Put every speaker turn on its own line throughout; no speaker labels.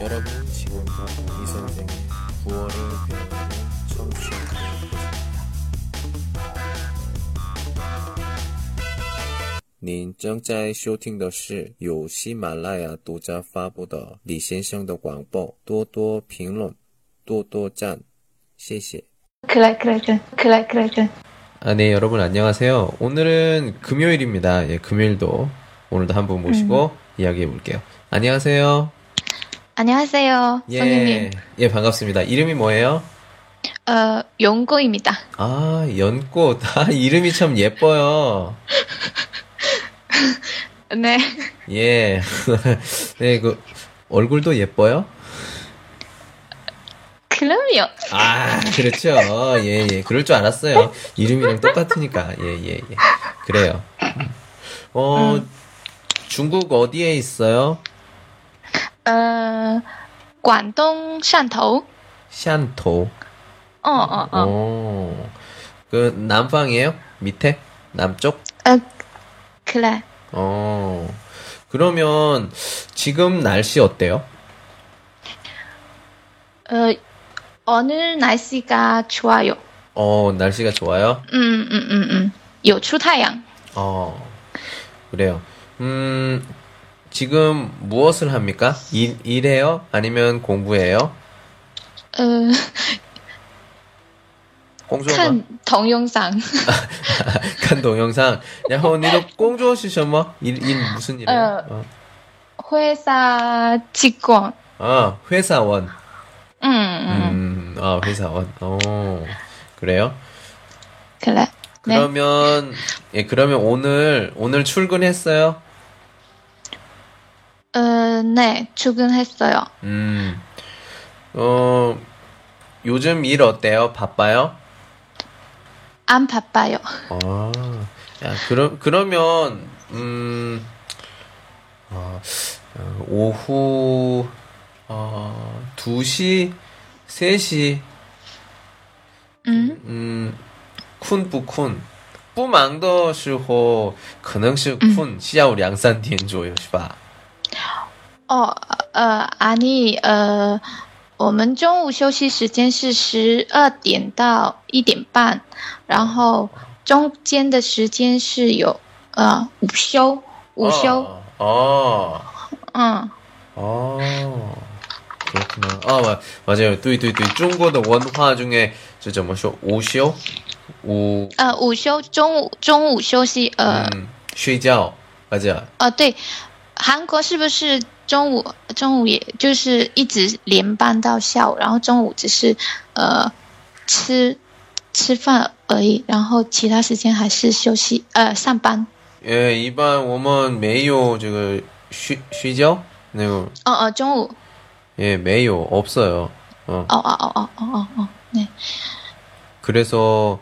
여러분 지금 이 선생의 9월을 배우는 청취하고您正在收听的是由喜马拉雅独家发布的李先生的广播，多多评论，多多赞，谢谢。
그래 그래 좀 그래 그래 좀
아, 네, 여러분 안녕하세요. 오늘은 금요일입니다. 예, 금요일도 오늘도 한 분 모시고
음.
이야기해 볼게요. 안녕하세요.
안녕하세요
예,
선생님
예, 반갑습니다. 이름이 뭐예요?
어 연고입니다
아, 연꽃. 아, 이름이 참 예뻐요.
네
예. 네, 그 얼굴도 예뻐요?
그럼요
아, 그렇죠. 예, 예. 그럴 줄 알았어요. 이름이랑 똑같으니까. 예, 예, 예. 그래요. 어, 중국 어디에 있어요?
어 광동 汕头
샨토.
어어어 어, 어.
오. 그 남방이에요? 밑에? 남쪽?
어, 그래
어. 그러면 지금 날씨 어때요?
어 오늘 날씨가 좋아요
어, 날씨가 좋아요?
음음음음 요추타양
어. 그래요. 음. 지금 무엇을 합니까? 일, 일해요? 아니면 공부해요?
어,
공주어
어看 동영상
간 동영상. 야, 언니도 공주어 시셔머? 뭐? 일, 일 무슨 일이에요? 어.
회사 직원
아, 회사원.
음, 음.
음, 아, 회사원. 어. 그래요?
그래 네
그러면 예 그러면 오늘 오늘 출근했어요?
어, 네, 출근했어요.
음. 어 요즘 일 어때요? 바빠요?
안 바빠요.
아. 야, 그럼 그러면 음 어, 어, 오후 어 2시 3시
음,
嗯，困不困？不忙的时候可能是困，下午两三点左右是吧？
어, 어, 아니, 어, 呃我们中午休息时间是十二点到一点半，然后中间的时间是有呃午休，午休，
哦哦
嗯，
哦， 어. 그렇구나. 아, 마- 맞아요. 对对对, 중국의 원화 중에 저 뭐죠? 쇼 오쇼? 오,
呃，午休，中午中午休息，呃、
음, 睡觉. 맞아.
呃，对，韩国是不是中午中午也就是一直连班到下午，然后中午只是呃吃吃饭而已，然后其他时间还是休息呃上班。
예, 이번 오면 매요 저거 쉬 쉬죠? 네,
哦哦，中午
예, 매요 없어요. 어.
哦哦哦哦哦哦哦，对，
그래서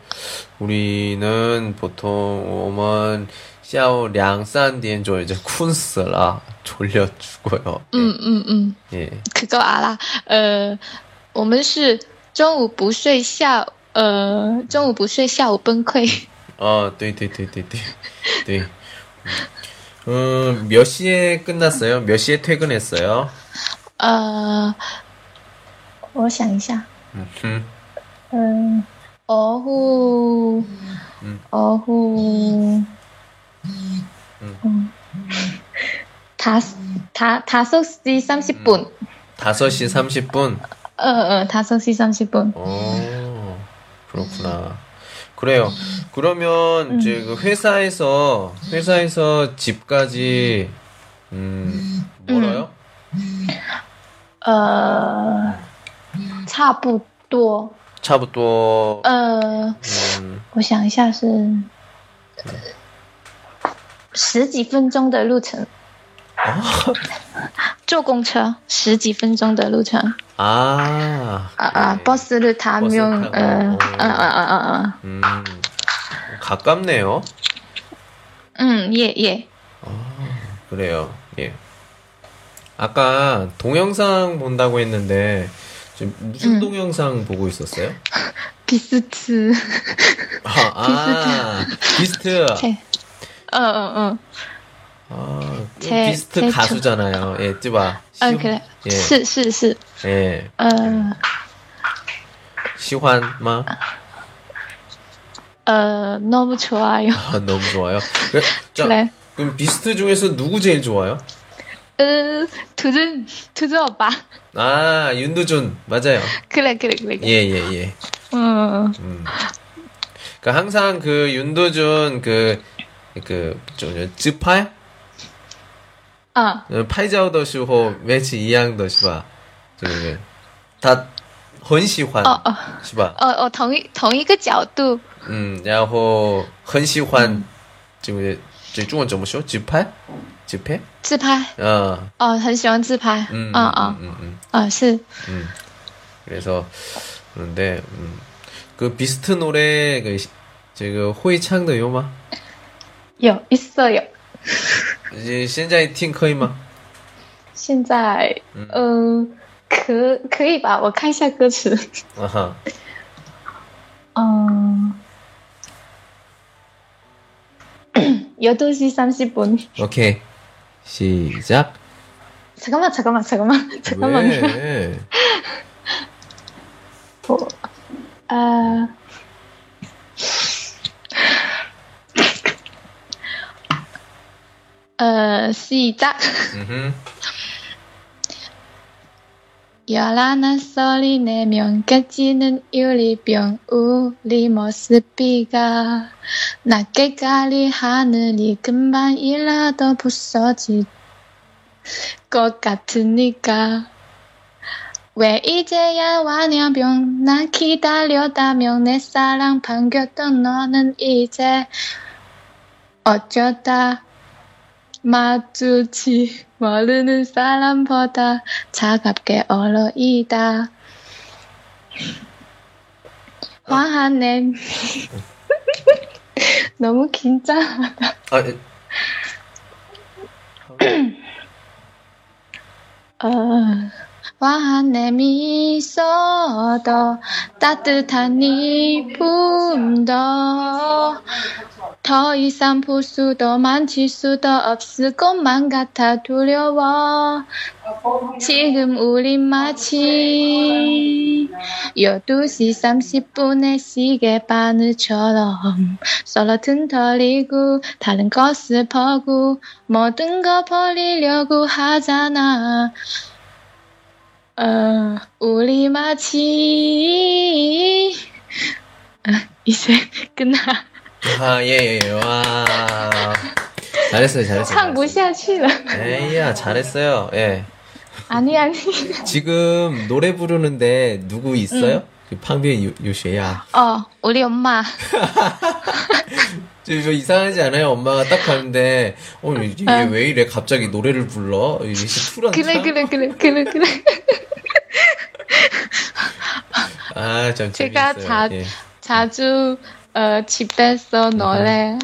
우리는 보통 오면 下午2,3点左右이제 쿤스라 졸려 죽어요.
嗯嗯嗯，
예. 예.
可够啊啦，呃，我们是中午不睡下，呃，中午不睡下午崩溃，
어, 네, 네, 네, 네, 네. 네. 음, 몇 시에 끝났어요? 몇 시에 퇴근했어요?
呃，我想一下，
음,
嗯，哦呼，哦呼，嗯，다다다섯시삼십분
5시 30분?
어어다섯시삼십분
오, 어, 그렇구나. 그래요. 그러면
음.
이제 그 회사에서 회사에서 집까지 음, 멀어요?
呃，差不多，
差不多
아. 呃，
음,
我想一下是十几分钟的路程，坐公车十几分钟的路程。啊
아,
아, 아,
네.
버스를
버스
타면,
타고,
어,
어.
아, 아, 아, 아, 아.
음, 가깝네요.
음, 예, 예.
그래요. 예. 아까 동영상 본다고 했는데 지금 무슨
음.
동영상 보고 있었어요?
비스트.
아, 아 비스트.
嗯 어, 어, 어.
아,
제-
비스트
제
가수잖아요. 예, 띠바.
아 그래
예,
是是是
예,
呃
시환마
呃 너무 좋아요
아, 너무 좋아요. 그래, 자,
그래
그럼 비스트 중에서 누구 제일 좋아요?
어 두준 두준 오빠
아, 윤두준 맞아요.
그래 그래 그래
예, 예, 예.
嗯 음
음. 그러니까 항상 그 윤두준 그, 그그저 쯔팔
啊
拍照的时候 어, 매치 그, 一样的是吧? 지금 다很喜欢
哦哦
是吧?
哦哦同一同一个角度
음, 然后很喜欢 지금 저 중원 怎么说?自拍?自拍?
自拍
아,
哦很喜欢自拍
음,
嗯嗯
음, 음, 음,
啊是
음. 그래서 그런데 음, 그 비스트 노래 그 지금 회창도 요마
有一色有
이제 현재 听可以吗?
现在
嗯
嗯可可以吧我看一下歌词
아하.
嗯 12시 30분.
오케이. 시작.
잠깐만, 잠깐만, 잠깐만, 잠깐만요.
왜?
어, 아. 어, 시작.
음흠.
열하나 소리 내면 깨지는 유리병 우리 모습비가 낮게 가리 하늘이 금방이라도 부서질 것 같으니까 왜 이제야 와냐병 난 기다려다며 내 사랑 반겼던 너는 이제 어쩌다 마주치 모르는 사람보다 차갑게 얼어이다. 화한 내 너무 긴장.
아, 에,
어, 화한 내 미소도 따뜻한 네 품도 더 이상 볼 수도 만질 수도 없을 것만 같아 두려워 지금 우린 마치 12시 30분의 시계 바늘처럼 서로 튼털이고 다른 것을 퍼고 모든 거 버리려고 하잖아 어, 우리 마치 아, 이제 끝나
아, 예, 예, 와. 잘했어요, 잘했어요.
唱不下去了
에이야, 잘했어요. 예.
아니 아니
지금 노래 부르는데 누구 있어요? 그 팡비의 유- 유쉐야.
어 우리 엄마
저 이거 이상하지 않아요? 엄마가 딱 가는데, 어, 이게 왜 이래? 갑자기 노래를 불러? 이게 풀한
아. 그래 그래 그래 그래 그래
아, 참
제가
재밌어요.
자-
예.
자주 어, 집에서 노래했어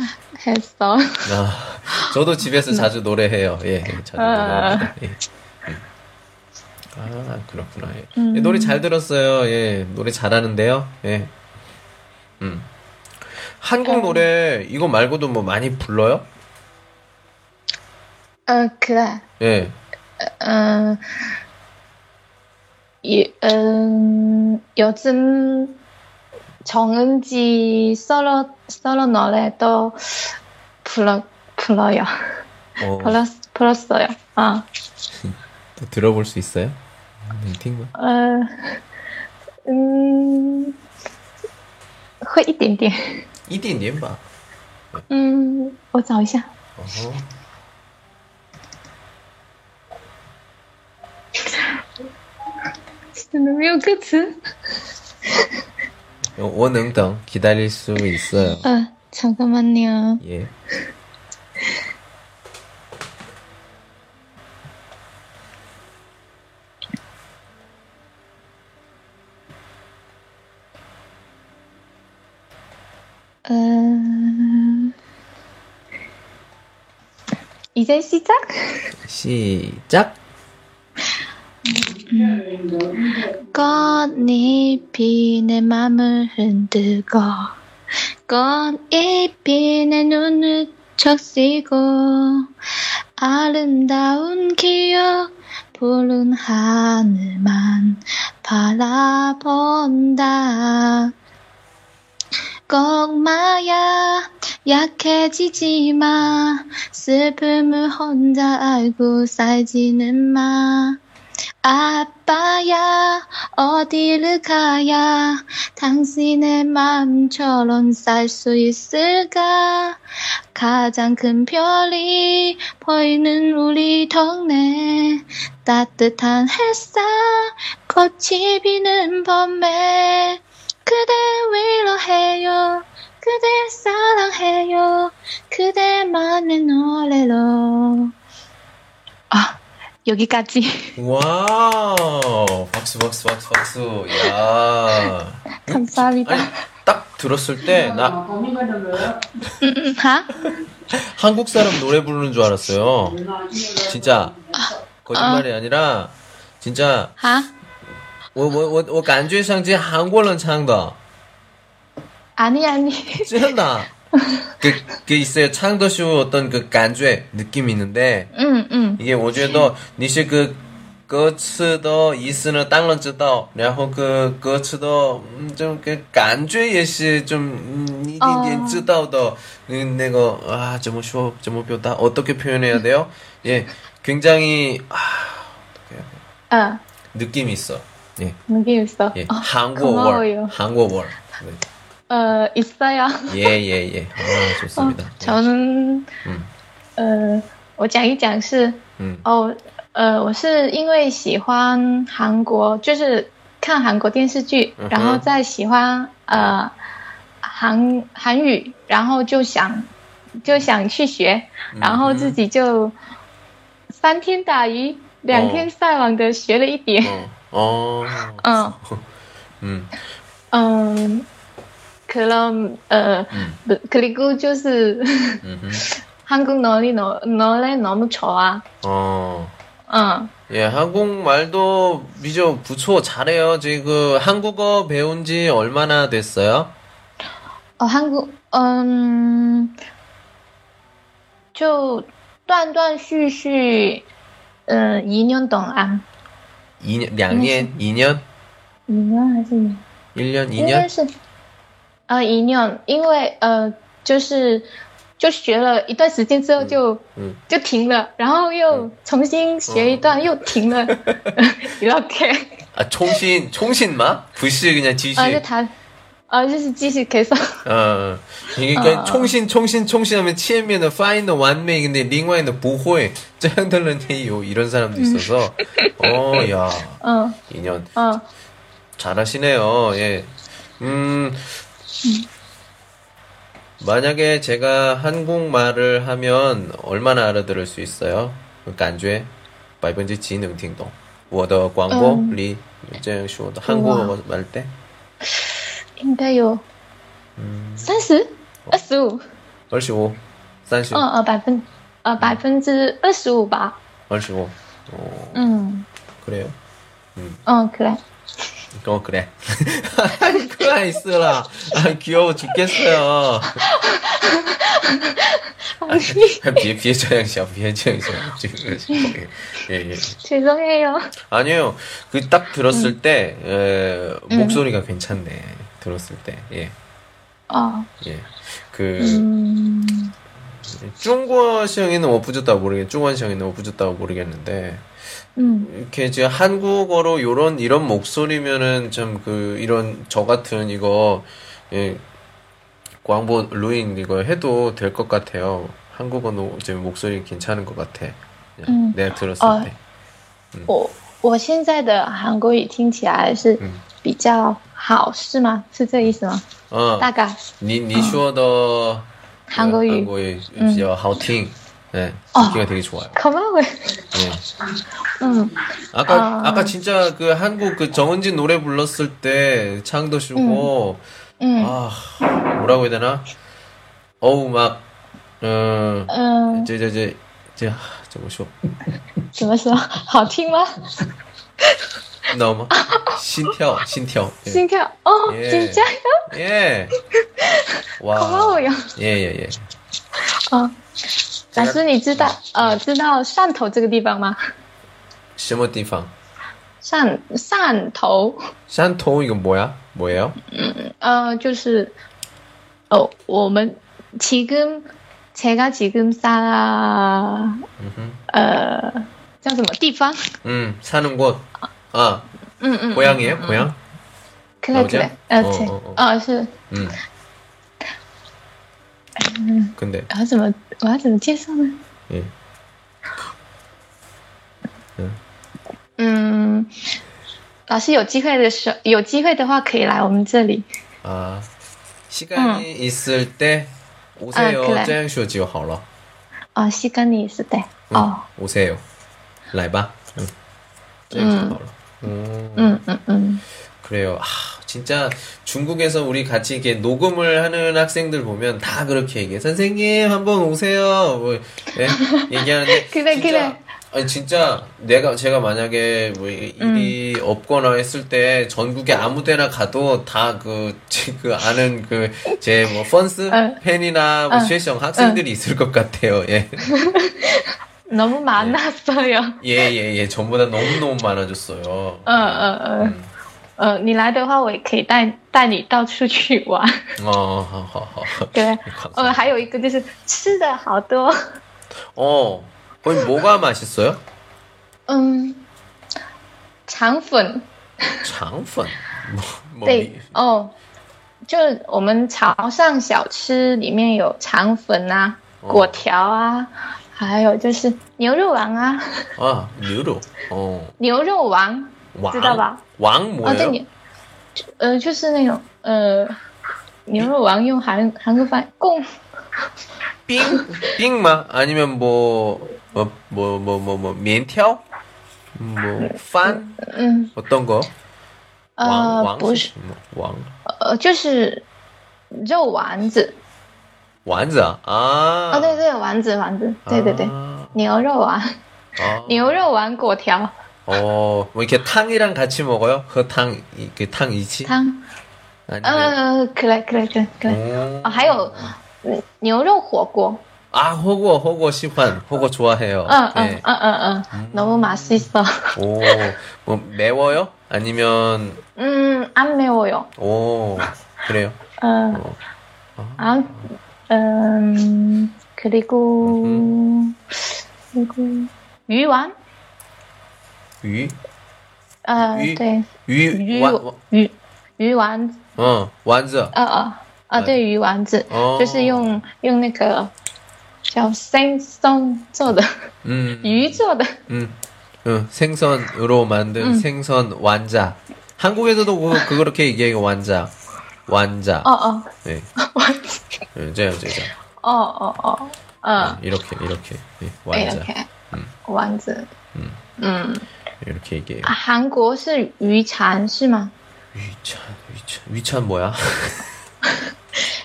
아, 저도 집에서 자주 노래해요. 예, 예, 자주
음. 아.
노래합니다. 예. 음. 아, 그렇구나. 예.
음.
예, 노래 잘 들었어요. 예, 노래 잘하는데요. 예. 음.
아.
한국 노래 이거 말고도 뭐 많이 불러요?
어 그래
예.
음, 이, 음, 요즘 정은지 솔로, 솔로 노래도 불러, 불러요.
어,
불렀, 불렀어요. 아,
또 들어볼 수 있어요? 팅만.
어, 음, 会一点点.
이디님 봐.
음, 我找一下.
어허.
진짜 没有歌词.
어, 원응당 기다릴 수 있어요.
아, 잠깐만요.
예.
어, 음, 이제 시작?
시작.
꽃잎이 내 맘을 흔들고 꽃잎이 내 눈을 적시고 아름다운 기억 푸른 하늘만 바라본다. 꼭마야 약해지지 마 슬픔을 혼자 알고 살지는 마 아빠야 어디를 가야 당신의 마음처럼 살 수 있을까 가장 큰 별이 보이는 우리 동네 따뜻한 햇살 꽃이 피는 봄에 그대 위로해요 그대 사랑해요 그대만의 노래로 아 여기까지
와우 박수 박수 박수 박수 야
감사합니다
아니, 딱 들었을 때 나嗯
하?
한국 사람 노래 부르는 줄 알았어요 진짜 거짓말이 아니라 진짜
하?
我我我我感觉像这韩国人唱的，
아니 아니
真的。그그있어요창더쇼 어떤 그感觉 느낌이 있는데
응응
이게 그 그 음, 음,
아.
我觉得你是个歌词的意思呢当然知道然后그歌词的嗯좀그感觉也是좀이点知道的那个啊怎么说怎么表达어떻게 표현해야 돼요 예 굉장히 아 어떻게 해야 돼요?
어
아, 느낌이 있어 예
느낌 있어
예,
어, 고마워요.
한국월, 한국월.
어 있어요
예, 예, 예. 아, 좋습니다.
어, 저는
음.
어我呃讲一讲是
음.
哦，呃，我是因为喜欢韩国，就是看韩国电视剧，
嗯哼
然后再喜欢呃韩韩语，然后就想就想去学，
嗯
然后自己就三天打鱼两
哦
天晒网的学了一点，
어, 어. 哦
嗯
음.
嗯，可能呃，不可리고就是
음.
한국노래노노래너무좋아，
어.
啊嗯
예, 한국말도 미저 부초 잘해요. 지금 한국어 배운 지 얼마나 됐어요?
어, 한국, 음, 嗯就断断续续嗯一年동안
2년, 2년, 2년?
一年还是一年
1년,
应该
2년?
是呃一年因为呃就是就学了一段时间之后就、
嗯哦
就停了然后又重新学一段、又 停了 이렇게
아, 총신, 총신마? 부시 그냥 지시.
啊就谈啊就是继续계속
어, 그러니까
어.
총신 총신 총신하면 치엔면은 파인더 완메이인데 링와인더 보호에 짱들런해요 이런 사람도 있어서 어 야
嗯
2년
嗯
잘하시네요 예. 음 만약에 제가 한국말을 하면 얼마나 알아들을 수 있어요? 간주에 百分之 지능 팅동 我的广播
음.
리这样说的韩国말때
应该有
嗯
三十二十五。
25 30
嗯呃百分呃百分之二十五吧。
25 어,
嗯
그래요
嗯，可爱。
어 그래 크라이스라 아, 귀여워 죽겠어요 비에 비에 저양시야 비에 저양시야 예예
죄송해요
아니에요 그 딱 들었을 때 에, 목소리가 괜찮네 들었을 예,
哦， 음.
때예예그
嗯，
중국어 시험에는 못 붙였다고 모르겠 중국어 시험에는 못 붙였다고 모르겠는데
嗯
이렇게 이제 한국어로 요런 이런 목소리면은 참 그 이런 저 같은 이거 예, 광고 루잉 이거 해도 될 것 같아요. 한국어 노- 이제 목소리 괜찮은 것 같아. 예,
음.
내가 들었을
어.
때.
我我现在的韩国语听起来是
嗯
比较好，是吗？是这意思吗？
어,
大概
니, 니 슈어더
한국어. 음.
한국어 진짜 하우팅. 예,
어.
듣기가 되게 좋아요.
고마워요.
예.
음,
아까
아.
아까 진짜 그 한국 그 정은진 노래 불렀을 때 창도 슈고
음,
아 뭐라고 해야 되나? 어우 막 어,
嗯，
이제 이제 이제 이제 하, 저거 쇼
怎么说？好听吗？
나오마 신跳신跳 예.
心跳哦，
耶
紧张，
예. 와. 哦 예,
고마워요.
예예예.
어, 老师，哦你知道呃知道汕头这个地方吗？
什么地方？
汕汕头。
汕头이거뭐야뭐예요
음, 어, 就是, 어, 我们 지금 제가 지금 살아, 어, 叫什么地方?嗯
음 사는 곳. 아
응, 응.
고향이에요
음.
고향.
그래, 그래. 어,
어,
제,
어, 어.
어, 呃哦是,
음.
음.
근데
我要怎么-我要怎么介绍呢?
예.
음, 嗯老师有机会的时候-有机会的话可以来我们这里.
아 시간이 있을 때 오세요.
아, 그래.
짱쇼지요 하러.
어, 시간이 있을 때.
응,
어,
오세요. 라이바. 응. 짱쇼 하러. 음.
응, 응, 응.
그래요. 아, 진짜 중국에서 우리 같이 이렇게 녹음을 하는 학생들 보면 다 그렇게 얘기해. 선생님, 한번 오세요. 뭐, 예, 얘기하는데.
그래,
진짜,
그래.
아니, 진짜 내가, 제가 만약에 뭐 이-
음.
일이 없거나 했을 때 전국에 아무 데나 가도 다 그, 제- 그 아는 그, 제 뭐, 펀스
어.
팬이나 뭐,
어.
쉐성 학생들이 있을 것 같아요. 예.
너무 많았어요.
예, 예, 예. 전보다 너무너무 많아졌어요.
어, 어, 어.
음.
呃，你来的话，我也可以带带你到处去玩。
어, 어, 어, 어.
对，
감사합니다.
呃，还有一个就是吃的好多，
어, 거기 뭐가 맛있어요?
嗯，肠粉，
장펀. 뭐, 뭐,
对
미- ，
哦，就我们潮汕小吃里面有肠粉啊、
哦
果条啊，还有就是牛肉丸啊，
아, 뉴로. 어,
牛肉丸，
왕.
뜯어봐.
왕
哦，对
뭐예요?
你，呃，就是那种呃，牛肉丸用韩韩国饭贡，
빙? 빙마? 아니면 뭐, 뭐, 뭐, 뭐, 뭐, 뭐, 면条? 뭐, 판?
嗯，
어떤 거?
呃
왕, ， 왕,
不是，
뭐, 왕.
呃，就是肉丸子。
완자. 아.
哦，对对，丸子丸子，对对对，
아,
牛肉丸，
아.
牛肉丸果条
어, 뭐 이렇게 탕이랑 같이 먹어요? 그 탕, 이렇게 탕 어, 이치?
汤，
아니면-
嗯，可以可以可以可以，
오.
哦，还有嗯牛肉火锅，
아, 호구, 호구 시판, 호구 좋아해요.
嗯嗯
네.
嗯嗯嗯，너무맛있어，
오, 뭐 매워요? 아니면
嗯，안매워요，
오 그래요?
嗯
어.
안嗯그리고그리고鱼丸，
위,
呃，
鱼
对，
위,
鱼
완, 어,
鱼鱼丸，
완자.
呃呃啊，对，鱼丸子，
어,
就是用用那个叫生松做的
음,
鱼做的，
음, 음, 생선으로 만든
음.
생선 완자. 한국에서도 그, 그 그렇게 얘기해요 완자, 완자.
哦哦
네, 네, 제가 제가 음,
哦哦哦，嗯，
이렇게 이렇게 어. 네,
哎
완자
，OK，
嗯
丸子，
嗯
嗯，
이렇게 얘기해요.
啊韩国是鱼肠是吗？
위찬, 위찬, 위찬 뭐야?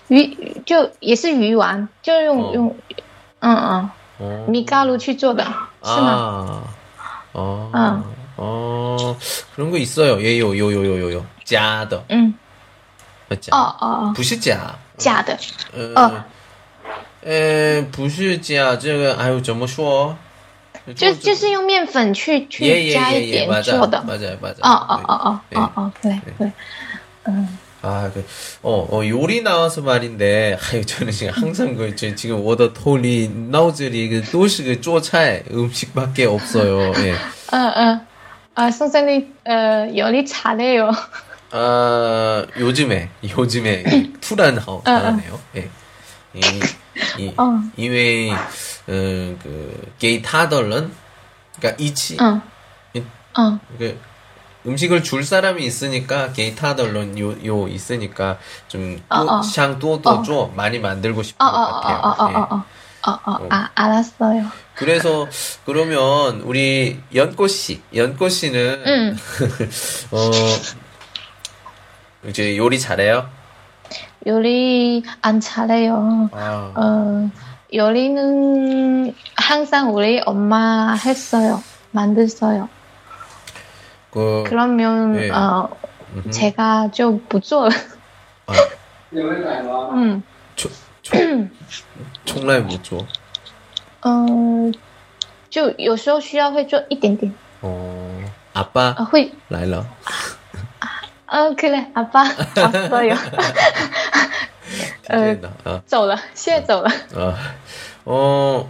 鱼就也是鱼丸，就用、
哦
用，嗯嗯，
어.
米咖喱去做的，
啊
是吗？
아, 어,
응.
어, 그런 거 있어요. 예, 요, 요, 요, 요, 요, 요. 짜더.
嗯，
맞지?
哦哦哦，
부시지야.
假的，
어.
어.
에, 부시지야. 저거, 아유, 저뭐 쉬워.
就就是用面粉去
예, 예,
去
예,
加
예,
一
예,
点
맞아.
做的，
맞아요, 맞아요.
哦哦哦哦
네,
哦哦，对对，
아, 그, 어, 어, 요리 나와서 말인데, 아유, 저는 지금 항상 그, 저, 지금 워더 토리, 나우즈리, 그, 도시, 그, 쪼차이 음식밖에 없어요. 예.
嗯嗯，啊，宋森丽，呃，有你查嘞哟。
아, 요즘에, 요즘에, 투란 하오, 하네요. 예. 이, 이,
어.
이외에, 음, 그, 게이 타덜은, 그니까, 이치,
嗯
嗯
嗯
그 음식을 줄 사람이 있으니까, 게이 타덜은 요, 요, 있으니까, 좀,
어, 어.
샹또또쪼 많이 만들고 싶은 것
哦哦哦
같아요.
哦哦
예.
哦哦哦哦啊阿拉斯哟，
그래서 그러면 우리 연꽃 씨, 연꽃 씨는
응.
어 이제 요리 잘해요?
요리안잘해요
아,
어요리는항상우리엄마했어요만들어요
그
그러면
예.
어
음흠.
제가就不做了
아,
嗯
총라이 못 줘.
嗯，就有时候需要会做一点点。
哦，阿爸
啊，会，
来了。
어. 嗯，可以了，阿爸，阿爸有，
听见了啊
走了，现在走了。
아, 어,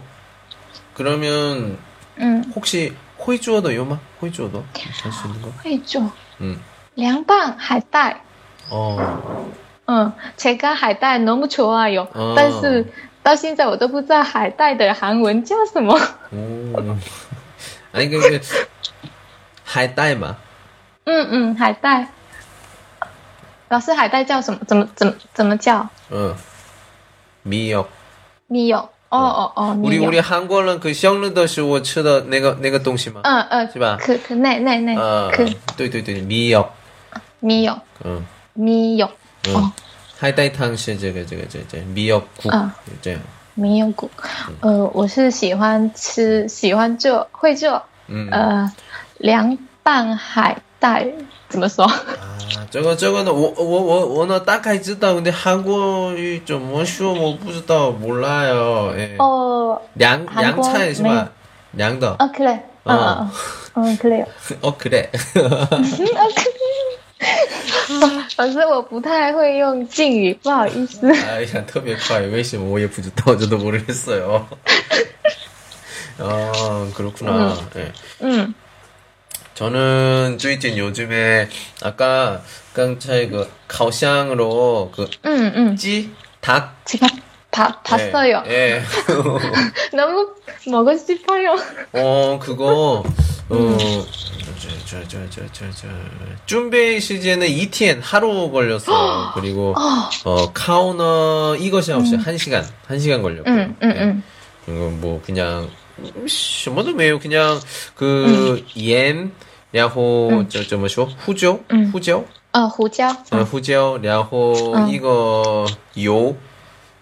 그러면
嗯，
혹시 호이주어도 요마? 호이주어도? 할 수 있는 거? 음.
会做
응.
凉拌海带。
어,
嗯，切干海带너무좋아요。
哦
但是到现在我都不知道海带的韩文叫什么。
오. 아니, 그, 그, 하이다이마.
嗯嗯，海带。老师，海带叫什么？怎么怎么怎么叫？
어. 미역.
你有？哦哦哦，你
우리,
有
우리 ？ 한국은 그, ཞ엉르더시워 치더 내가, 내가 동시마.
嗯嗯，
是吧嗯
可可那那那
어,
可
对对对, 미역.
你有
어.
你有
응.
어.
하이다이탕 시, 저기, 저기, 저기, 저기, 미역국.
어.
이제,
没有骨？呃，
嗯
我是喜欢吃，喜欢做，会做。
음.
呃，凉拌海带怎么说？
아, 저거 저거는 워- 워- 워- 원어 딱하이 쓰다 근데 한국이 좀 원슈어 뭐 부즈다 몰라요. 예.
哦，
양
한국
양차이지만 양더.
哦，可以，嗯嗯嗯，嗯，可以。
어 그래.
老师，我不太会用敬语，不好意思。
아, 그냥 터비에 콰이 왜시 뭐에 부즈다 저도 모르겠어요. 아 그렇구나. 예.
嗯
저는 쯔이찐 요즘에 아까 깡차이 그 가오샹으로 그
嗯嗯，
그찌닭
这个봤봤어요。
예. 예.
너무먹고싶어요。
어 그거 어,
음.
어저저저저저저 준비 시즌에 ETN 하루 걸렸어 그리고
아.
어 카우너 이것이 없이
음.
한 시간 한 시간 걸렸고
嗯嗯嗯，
이거 뭐 그냥 뭐도 매요 그냥 그옌 야호 저저 뭐죠 후죠
음.
후죠
呃，胡椒，
어, 후지요, 야호,
응.
이거, 요,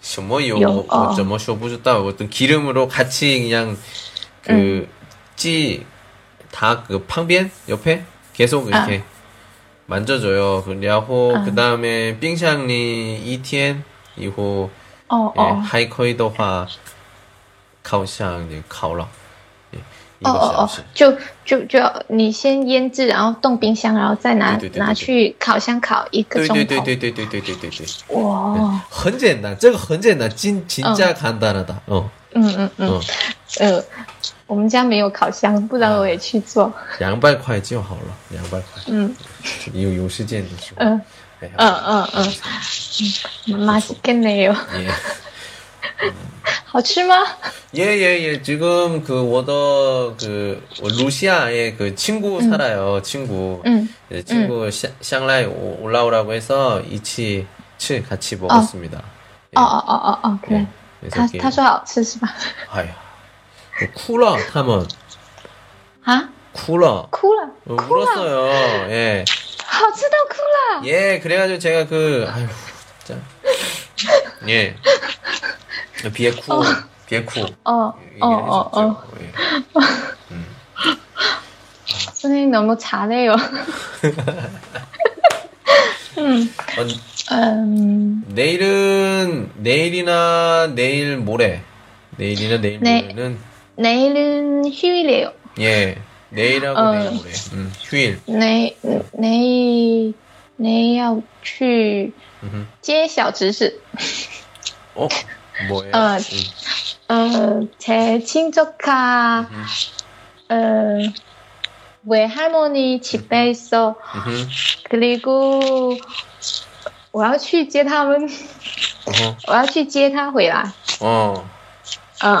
什么요,
요,
뭐,
어.
怎么说不知道, 어떤 기름으로 같이 그냥, 그, 찌, 닭, 그, 팡변 옆에 계속 이렇게 만져줘요. 그, 야호,
응.
그 다음에, 빙샹리, ETN, 이호,
哦
예,
哦
하이커이더화, 카오샹, 예, 카오라. 예,
哦
이것이
哦哦
역시. ，
就就就你先腌制，然后冻冰箱，然后再拿
对对对对对
拿去烤箱烤一个
네,
钟
네,
头
네, 。 네, 네, 네, 네, 네, 네.
哇，
헌젠다. 저거 헌젠다. 진, 진짜 간단하다. 어.
嗯嗯嗯
어.
呃，我们家没有烤箱，不然我也去做。
양발块就好了. 양발块.
嗯
有有时间的时候
嗯
哎呀
嗯嗯嗯，
어,
맛있겠네요， 好吃吗？
예. 예, 예, 예. 지금 그 워더 그 루시아의 그 친구 살아요. 친구.
嗯
예, 친구 샹- 샹라이 오- 올라오라고 해서 이치 치 같이 먹었습니다.
哦哦哦哦哦，可以
예. 。 그래서
他
이렇게-
他说好吃是吧？
아유. 쿨러 타면
啊，
쿨러.
哭了，
어,
哭了，
울었어요. 예.
好吃到哭了。
예, 그래가지고 제가 그, 아유, 진짜. 예. 그 비에쿠,
어.
비에쿠.
哦哦哦哦，
예.
真的너무잘해요。
어,
嗯，
내일은, 내일이나 내일 모레. 내일이나 내일
네.
모레는,
내일은휴일이에요。
예. 내일하고
어.
내일 모레. 음, 휴일.
내내내要去
음흠.
接小侄子。
어? 뭐예요?
어.
음.
呃，제친척아
음.
어 외할머니 집에 있어.
음흠.
그리고 我要去接他们，
어허.
我要去接他回来。
어.
嗯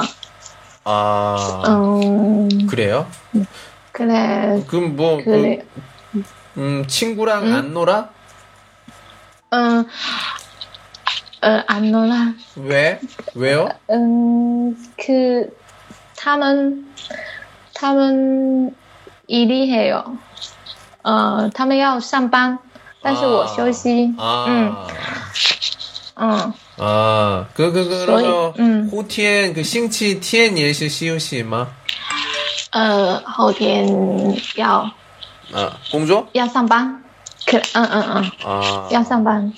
아.
어. 嗯，
그래요?
可能
그럼 뭐, 그,
그래요.
음, 친구랑 안 놀아?
嗯呃安诺拉，
왜? 왜요?
嗯，그他们他们일이해요，呃，他们要上班，但是我休息，
아.
응. 嗯，
아, 그, 그, 그,
所以
그러면,
嗯
호티엔, 그, 싱치, 티엔, 예시, 시우시, 마.
呃，后天要
아, 공조?
要上班，可嗯嗯嗯，
아.
要上班，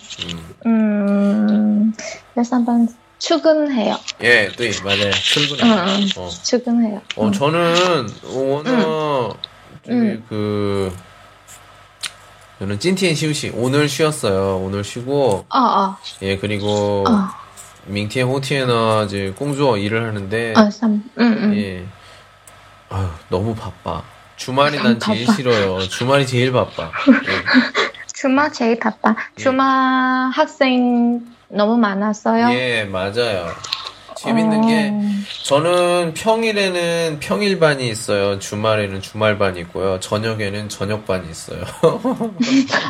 음.
嗯，要上班， 출근해요.
예, 네, 맞아요. 출근해요.
응, 응.
어.
출근해요.
어,
음.
저는 오늘 저기
음.
그 저는 찐티엔 시우시 오늘 쉬었어요. 오늘 쉬고
어, 어,
예 그리고
어,
민티엔 호티에나 이제 공주어 일을 하는데
어, 삼, 응, 응.
예 아유 너무 바빠. 주말이 난 제일
바빠.
싫어요. 주말이 제일 바빠.
주말 제일 바빠.
嗯
주말 학생 너무 많았어요.
예, 예, 맞아요. 재밌는 게
어.
저는 평일에는 평일반이 있어요. 주말에는 주말반이 있고요. 저녁에는 저녁반이 있어요.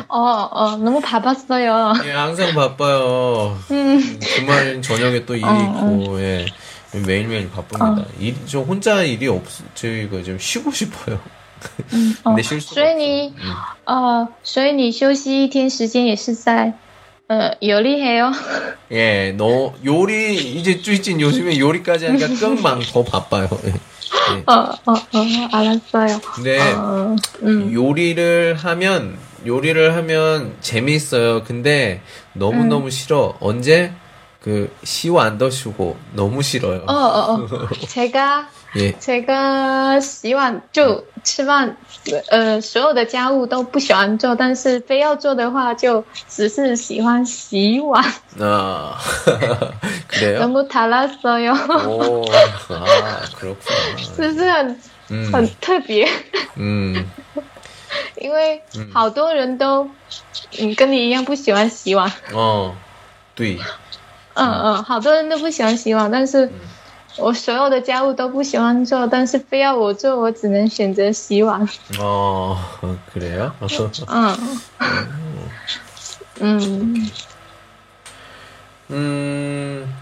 어, 어, 너무 바빴어요.
예, 항상 바빠요.
음,
주말 저녁에 또 일이
어,
있고 예. 매일매일 바쁩니다. 일, 저 혼자 일이 없, 저희가 좀 쉬고 싶어요.
음, 어.
근데 쉴 수가
所以你
없어요.
哦，所以你休息一天时间也是在，呃，有厉害哦。
음. 예, 너 요리 이제 쭈이찐 요즘에 요리까지 하니까 끙망 더 바빠요. 예.
哦哦哦，알았어요。
근데
嗯嗯
요리를 하면 요리를 하면 재미있어요. 근데 너무 너무 싫어. 언제 그 시와 안 더시고 너무 싫어요.
哦哦哦，제가
예,
这个洗碗就吃饭，呃，所有的家务都不喜欢做，但是非要做的话，就只是喜欢洗碗。
哎 아, 그래요?
너무달랐어요，
오, 아, 그렇구나.
是不是很
음,
很特别？
음,
因为好多人都，嗯，跟你一样不喜欢洗碗。
어, 뚜이.
嗯嗯，好多人都不喜欢洗碗，但是我所有的家务都不喜欢做，但是非要我做，我只能选择洗 碗。
어, 그래요?
嗯嗯
음,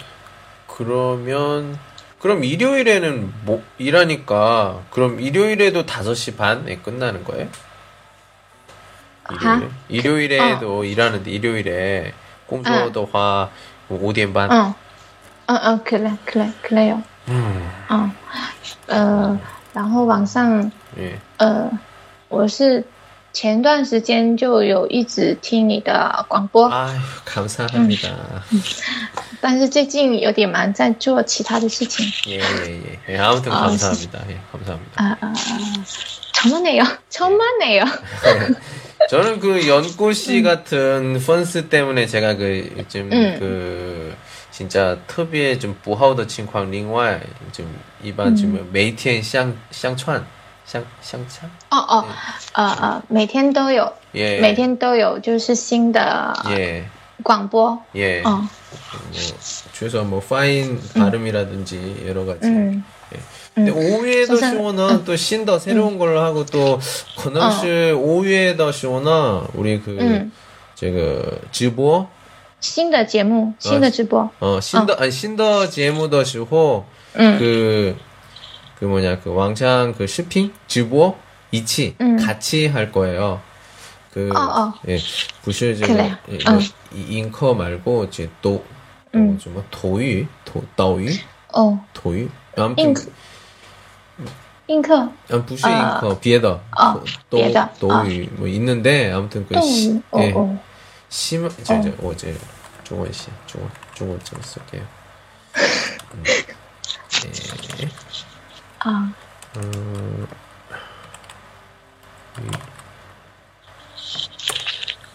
그러면, 그럼 일요일에는 뭐, 일하니까, 그럼 일요일에도 5시 반에 끝나는 거예요? 일요일에?
아.
일요일에도 일하는데, 일요일에, 공주어도화, 5대 반?
嗯嗯嗯，可以了可以了可以了哟。
음,
嗯呃，然后晚上
예.
呃，我是前段时间就有一直听你的广播，
아유, 감사합니다.
但是最近有点忙，在做其他的事情。
예, 예, 예. 예, 아무튼
아,
감사합니다. 예, 감사합니다.
아, 아, 아. 정말네요. 정말네요.
저는 그 연꽃씨 같은 펀스 때문에 제가 그 요즘
음.
그 진짜 특유의 좀 부하우더 칭광 링왈 좀
음.
이반 지금 메이티엔 샹 샹찬 샹 샹찬
哦哦，呃呃，每天都有，
예.
每天都有，就是新的
예.
广播。
예.
哦，
뭐 주에서 뭐 파인
음.
발음이라든지 여러 가지.
嗯
근데
음.
오후에도
선생- 음. 어.
시원한 또 신더 새로운 걸로 하고 또 건남시 오후에도 시원한 우리 그
嗯，
제가 주보
新的节目，新的直播。
어 신더 아니 신더 제무더 주호
嗯
그 그 뭐냐 그 왕창 그 쇼핑 주보 이치
음.
같이 할 거예요. 그
어, 어.
예, 부실 제가
그래요.
예,
어.
이- 잉커 말고 이제 또
음.
뭐지 뭐 도유 도 도유
哦，
도유 아무튼
映映客
아, 부실
아.
잉커 비에더
어,
도
비에더. 아. 뭐,
도유 뭐 있는데 아무튼 그
动
시-
物。哦
예,
哦，
심한 이제 이제 어제 중원 씨 중원 중원 좀 쓸게요. 음. 네.
啊，
음. 음.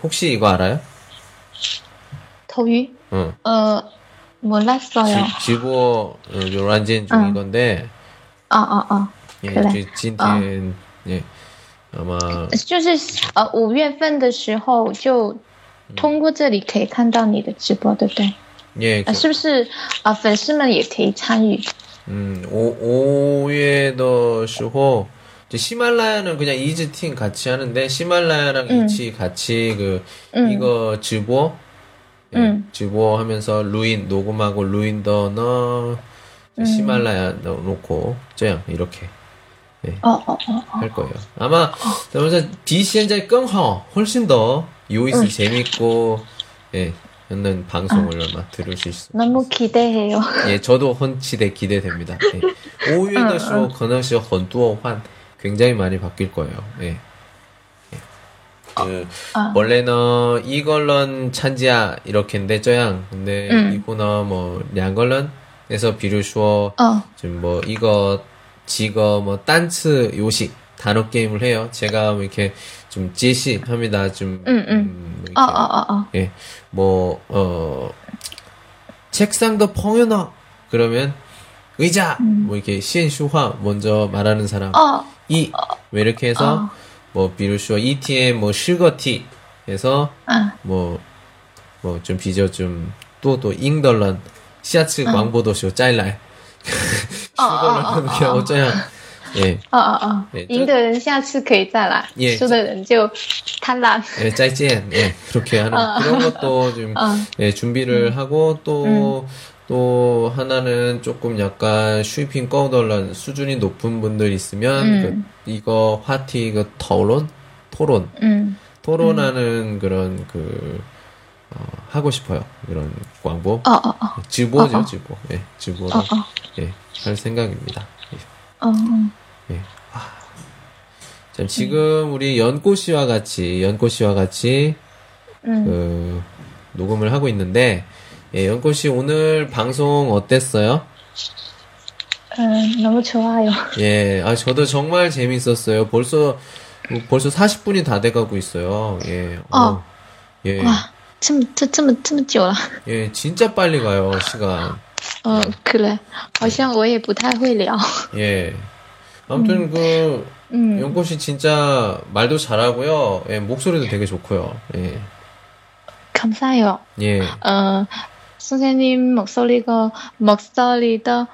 혹시 이거 알아요? 어.
头鱼。
응.
呃，몰랐어요。
지보 어, 요란진 중인
응.
건데
啊啊啊，
예,
그래. 아.
지- 진텐 예 아마
就是呃，五月份的时候就通过这里可以看到你的直播，对不对？
예, 그-
呃，是不是啊、呃粉丝们也可以参与？
음, 오, 오에더 쇼호. 이제 히말라야는 그냥 이즈팅 같이 하는데, 히말라야랑
응.
이치 같이 그,
응.
이거 즈보? 예,
응.
즈보 하면서 루인, 녹음하고 루인 더 넣어. 이제
응.
히말라야 넣어놓고, 저양 이렇게
哦哦哦哦，
할 거예요. 아마, 그러면서 디시엔자의 끙허, 훨씬 더 요이스 재밌고, 예, 하는 방송을 아마 들으실 수.
那么期待哟。
예, 저도 헌치대 기대됩니다. 예. 오유에더 쇼, 건어 쇼, 건두어 환 굉장히 많이 바뀔 거예요. 예. 예. 그 원래는 이걸런 찬지야 이렇게인데 저양 근데
음.
이거는 뭐 양걸런 해서 비루쇼
嗯
지금 뭐 이거 지거 뭐 단츠 요식 단어 게임을 해요. 제가 뭐 이렇게 좀 제시합니다. 좀
응, 어, 응.
음, 이렇게
哦哦哦哦，
예, 뭐, 어, 책상도 펑여놔. 그러면, 의자!
음.
뭐, 이렇게, 시엔슈화, 먼저 말하는 사람.
哦
이, 뭐, 이렇게
어.
해서, 뭐, 비루쇼, ETM, 뭐, 실거티. 해서,
嗯
뭐, 뭐, 좀 비죠, 좀, 또, 또, 잉덜런, 시아츠, 광보도쇼, 짤랄.
哦哦
실거런,
哦
그냥, 어쩌냐. 예,
哦哦哦
예 ，
赢的人下次可以再来
耶，
输的人就贪婪。
예, 짤찐. 예, 그렇게 하는,
어.
그런 것도 좀,
어
예, 준비를 하고 또, 또 하나는 조금 약간 슈핑 꺼우덜런 수준이 높은 분들 있으면
음.
그, 이거 화티 그 토론 토론
嗯
토론하는 그런 그 어, 하고 싶어요 그런 광고
哦哦哦
直播죠
어, 어.
直播 예,直播를
哦哦
예, 할 생각입니다 예.
哦哦，
참, 지금 우리 연꽃 씨와 같이 연꽃 씨와 같이
嗯，
그 녹음을 하고 있는데 예, 연꽃 씨 오늘 방송 어땠어요?
嗯，너무좋아요。
예, 아 저도 정말 재밌었어요. 벌써 벌써 40분이 다 돼가고 있어요. 예, 어,
어.
예,
哇，这么这这么这么久了，
예, 진짜 빨리 가요 시간.
嗯，可能好像我也不太会聊。
예, 아무튼 그
嗯
연꽃 씨 진짜 말도 잘하고요. 예, 목소리도 되게 좋고요. 예,
감사해요。
예,
어, 선생님 목소리가 목소리도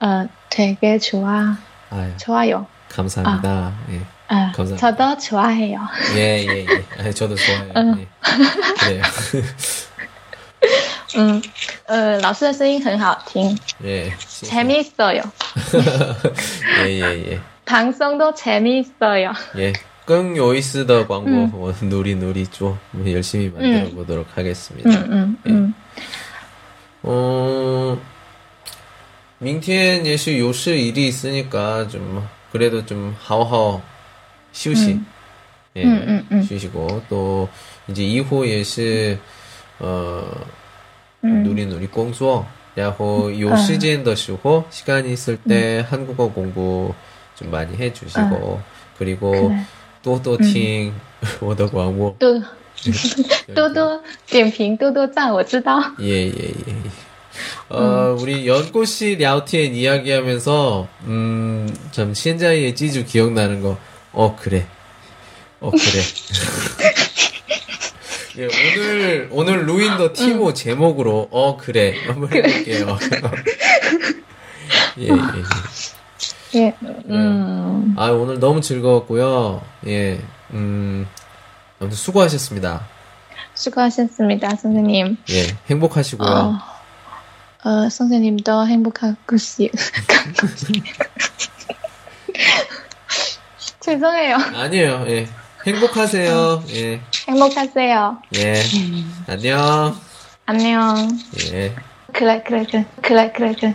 어, 되게 좋아
아유,
좋아요.
감사합니다. 예,
아,
감사합니다.
저도 좋아해요.
예, 예, 예. 아, 저도 좋아요. 예. 그래요.
嗯，呃，老师的声音很好听，
예,
재밌어요.
예, 예, 예.
방송도 재밌어요.
예. 끙 요이스더 광고 뭐, 누리 누리 쪼 열심히 만들어 보도록 하겠습니다.
嗯嗯嗯
어, 明天 예시 요시 일이 있으니까 좀 그래도 좀 하오하오 쉬시 예,
음, 음, 음.
쉬시고 또 이제 이후 예시 어
음.
누리 누리 공수 야호 요
아.
시즌도 쉬고 시간이 있을
음.
때 한국어 공부 좀 많이 해주시고 그리고
아. 그래. 음.
多多 听我的广播。
多多多点评，多多赞，我知道。
예, 예, 예. 어, 우리 연꽃씨 랴오티엔 이야기하면서, 음, 참, 신자이의 찌주 기억나는 거, 어, 그래. 어, 그래. 예, 오늘, 오늘 루인더 티모 제목으로, 어, 음. 그래. 한번 해볼게요. 예, 예, 예.
耶，嗯，
아, 오늘 너무 즐거웠고요. 예, 음, 아무튼 수고하셨습니다.
수고하셨습니다，선생님。
예, 행복하시고요.
어. 어, 선생님도 행복하고 싶. 죄송해요.
아니에요. 예. 행복하세요. 예.
행복하세요.
예. 안녕.
안녕.
예.
그래, 그래, 그래, 그래, 그래, 그래.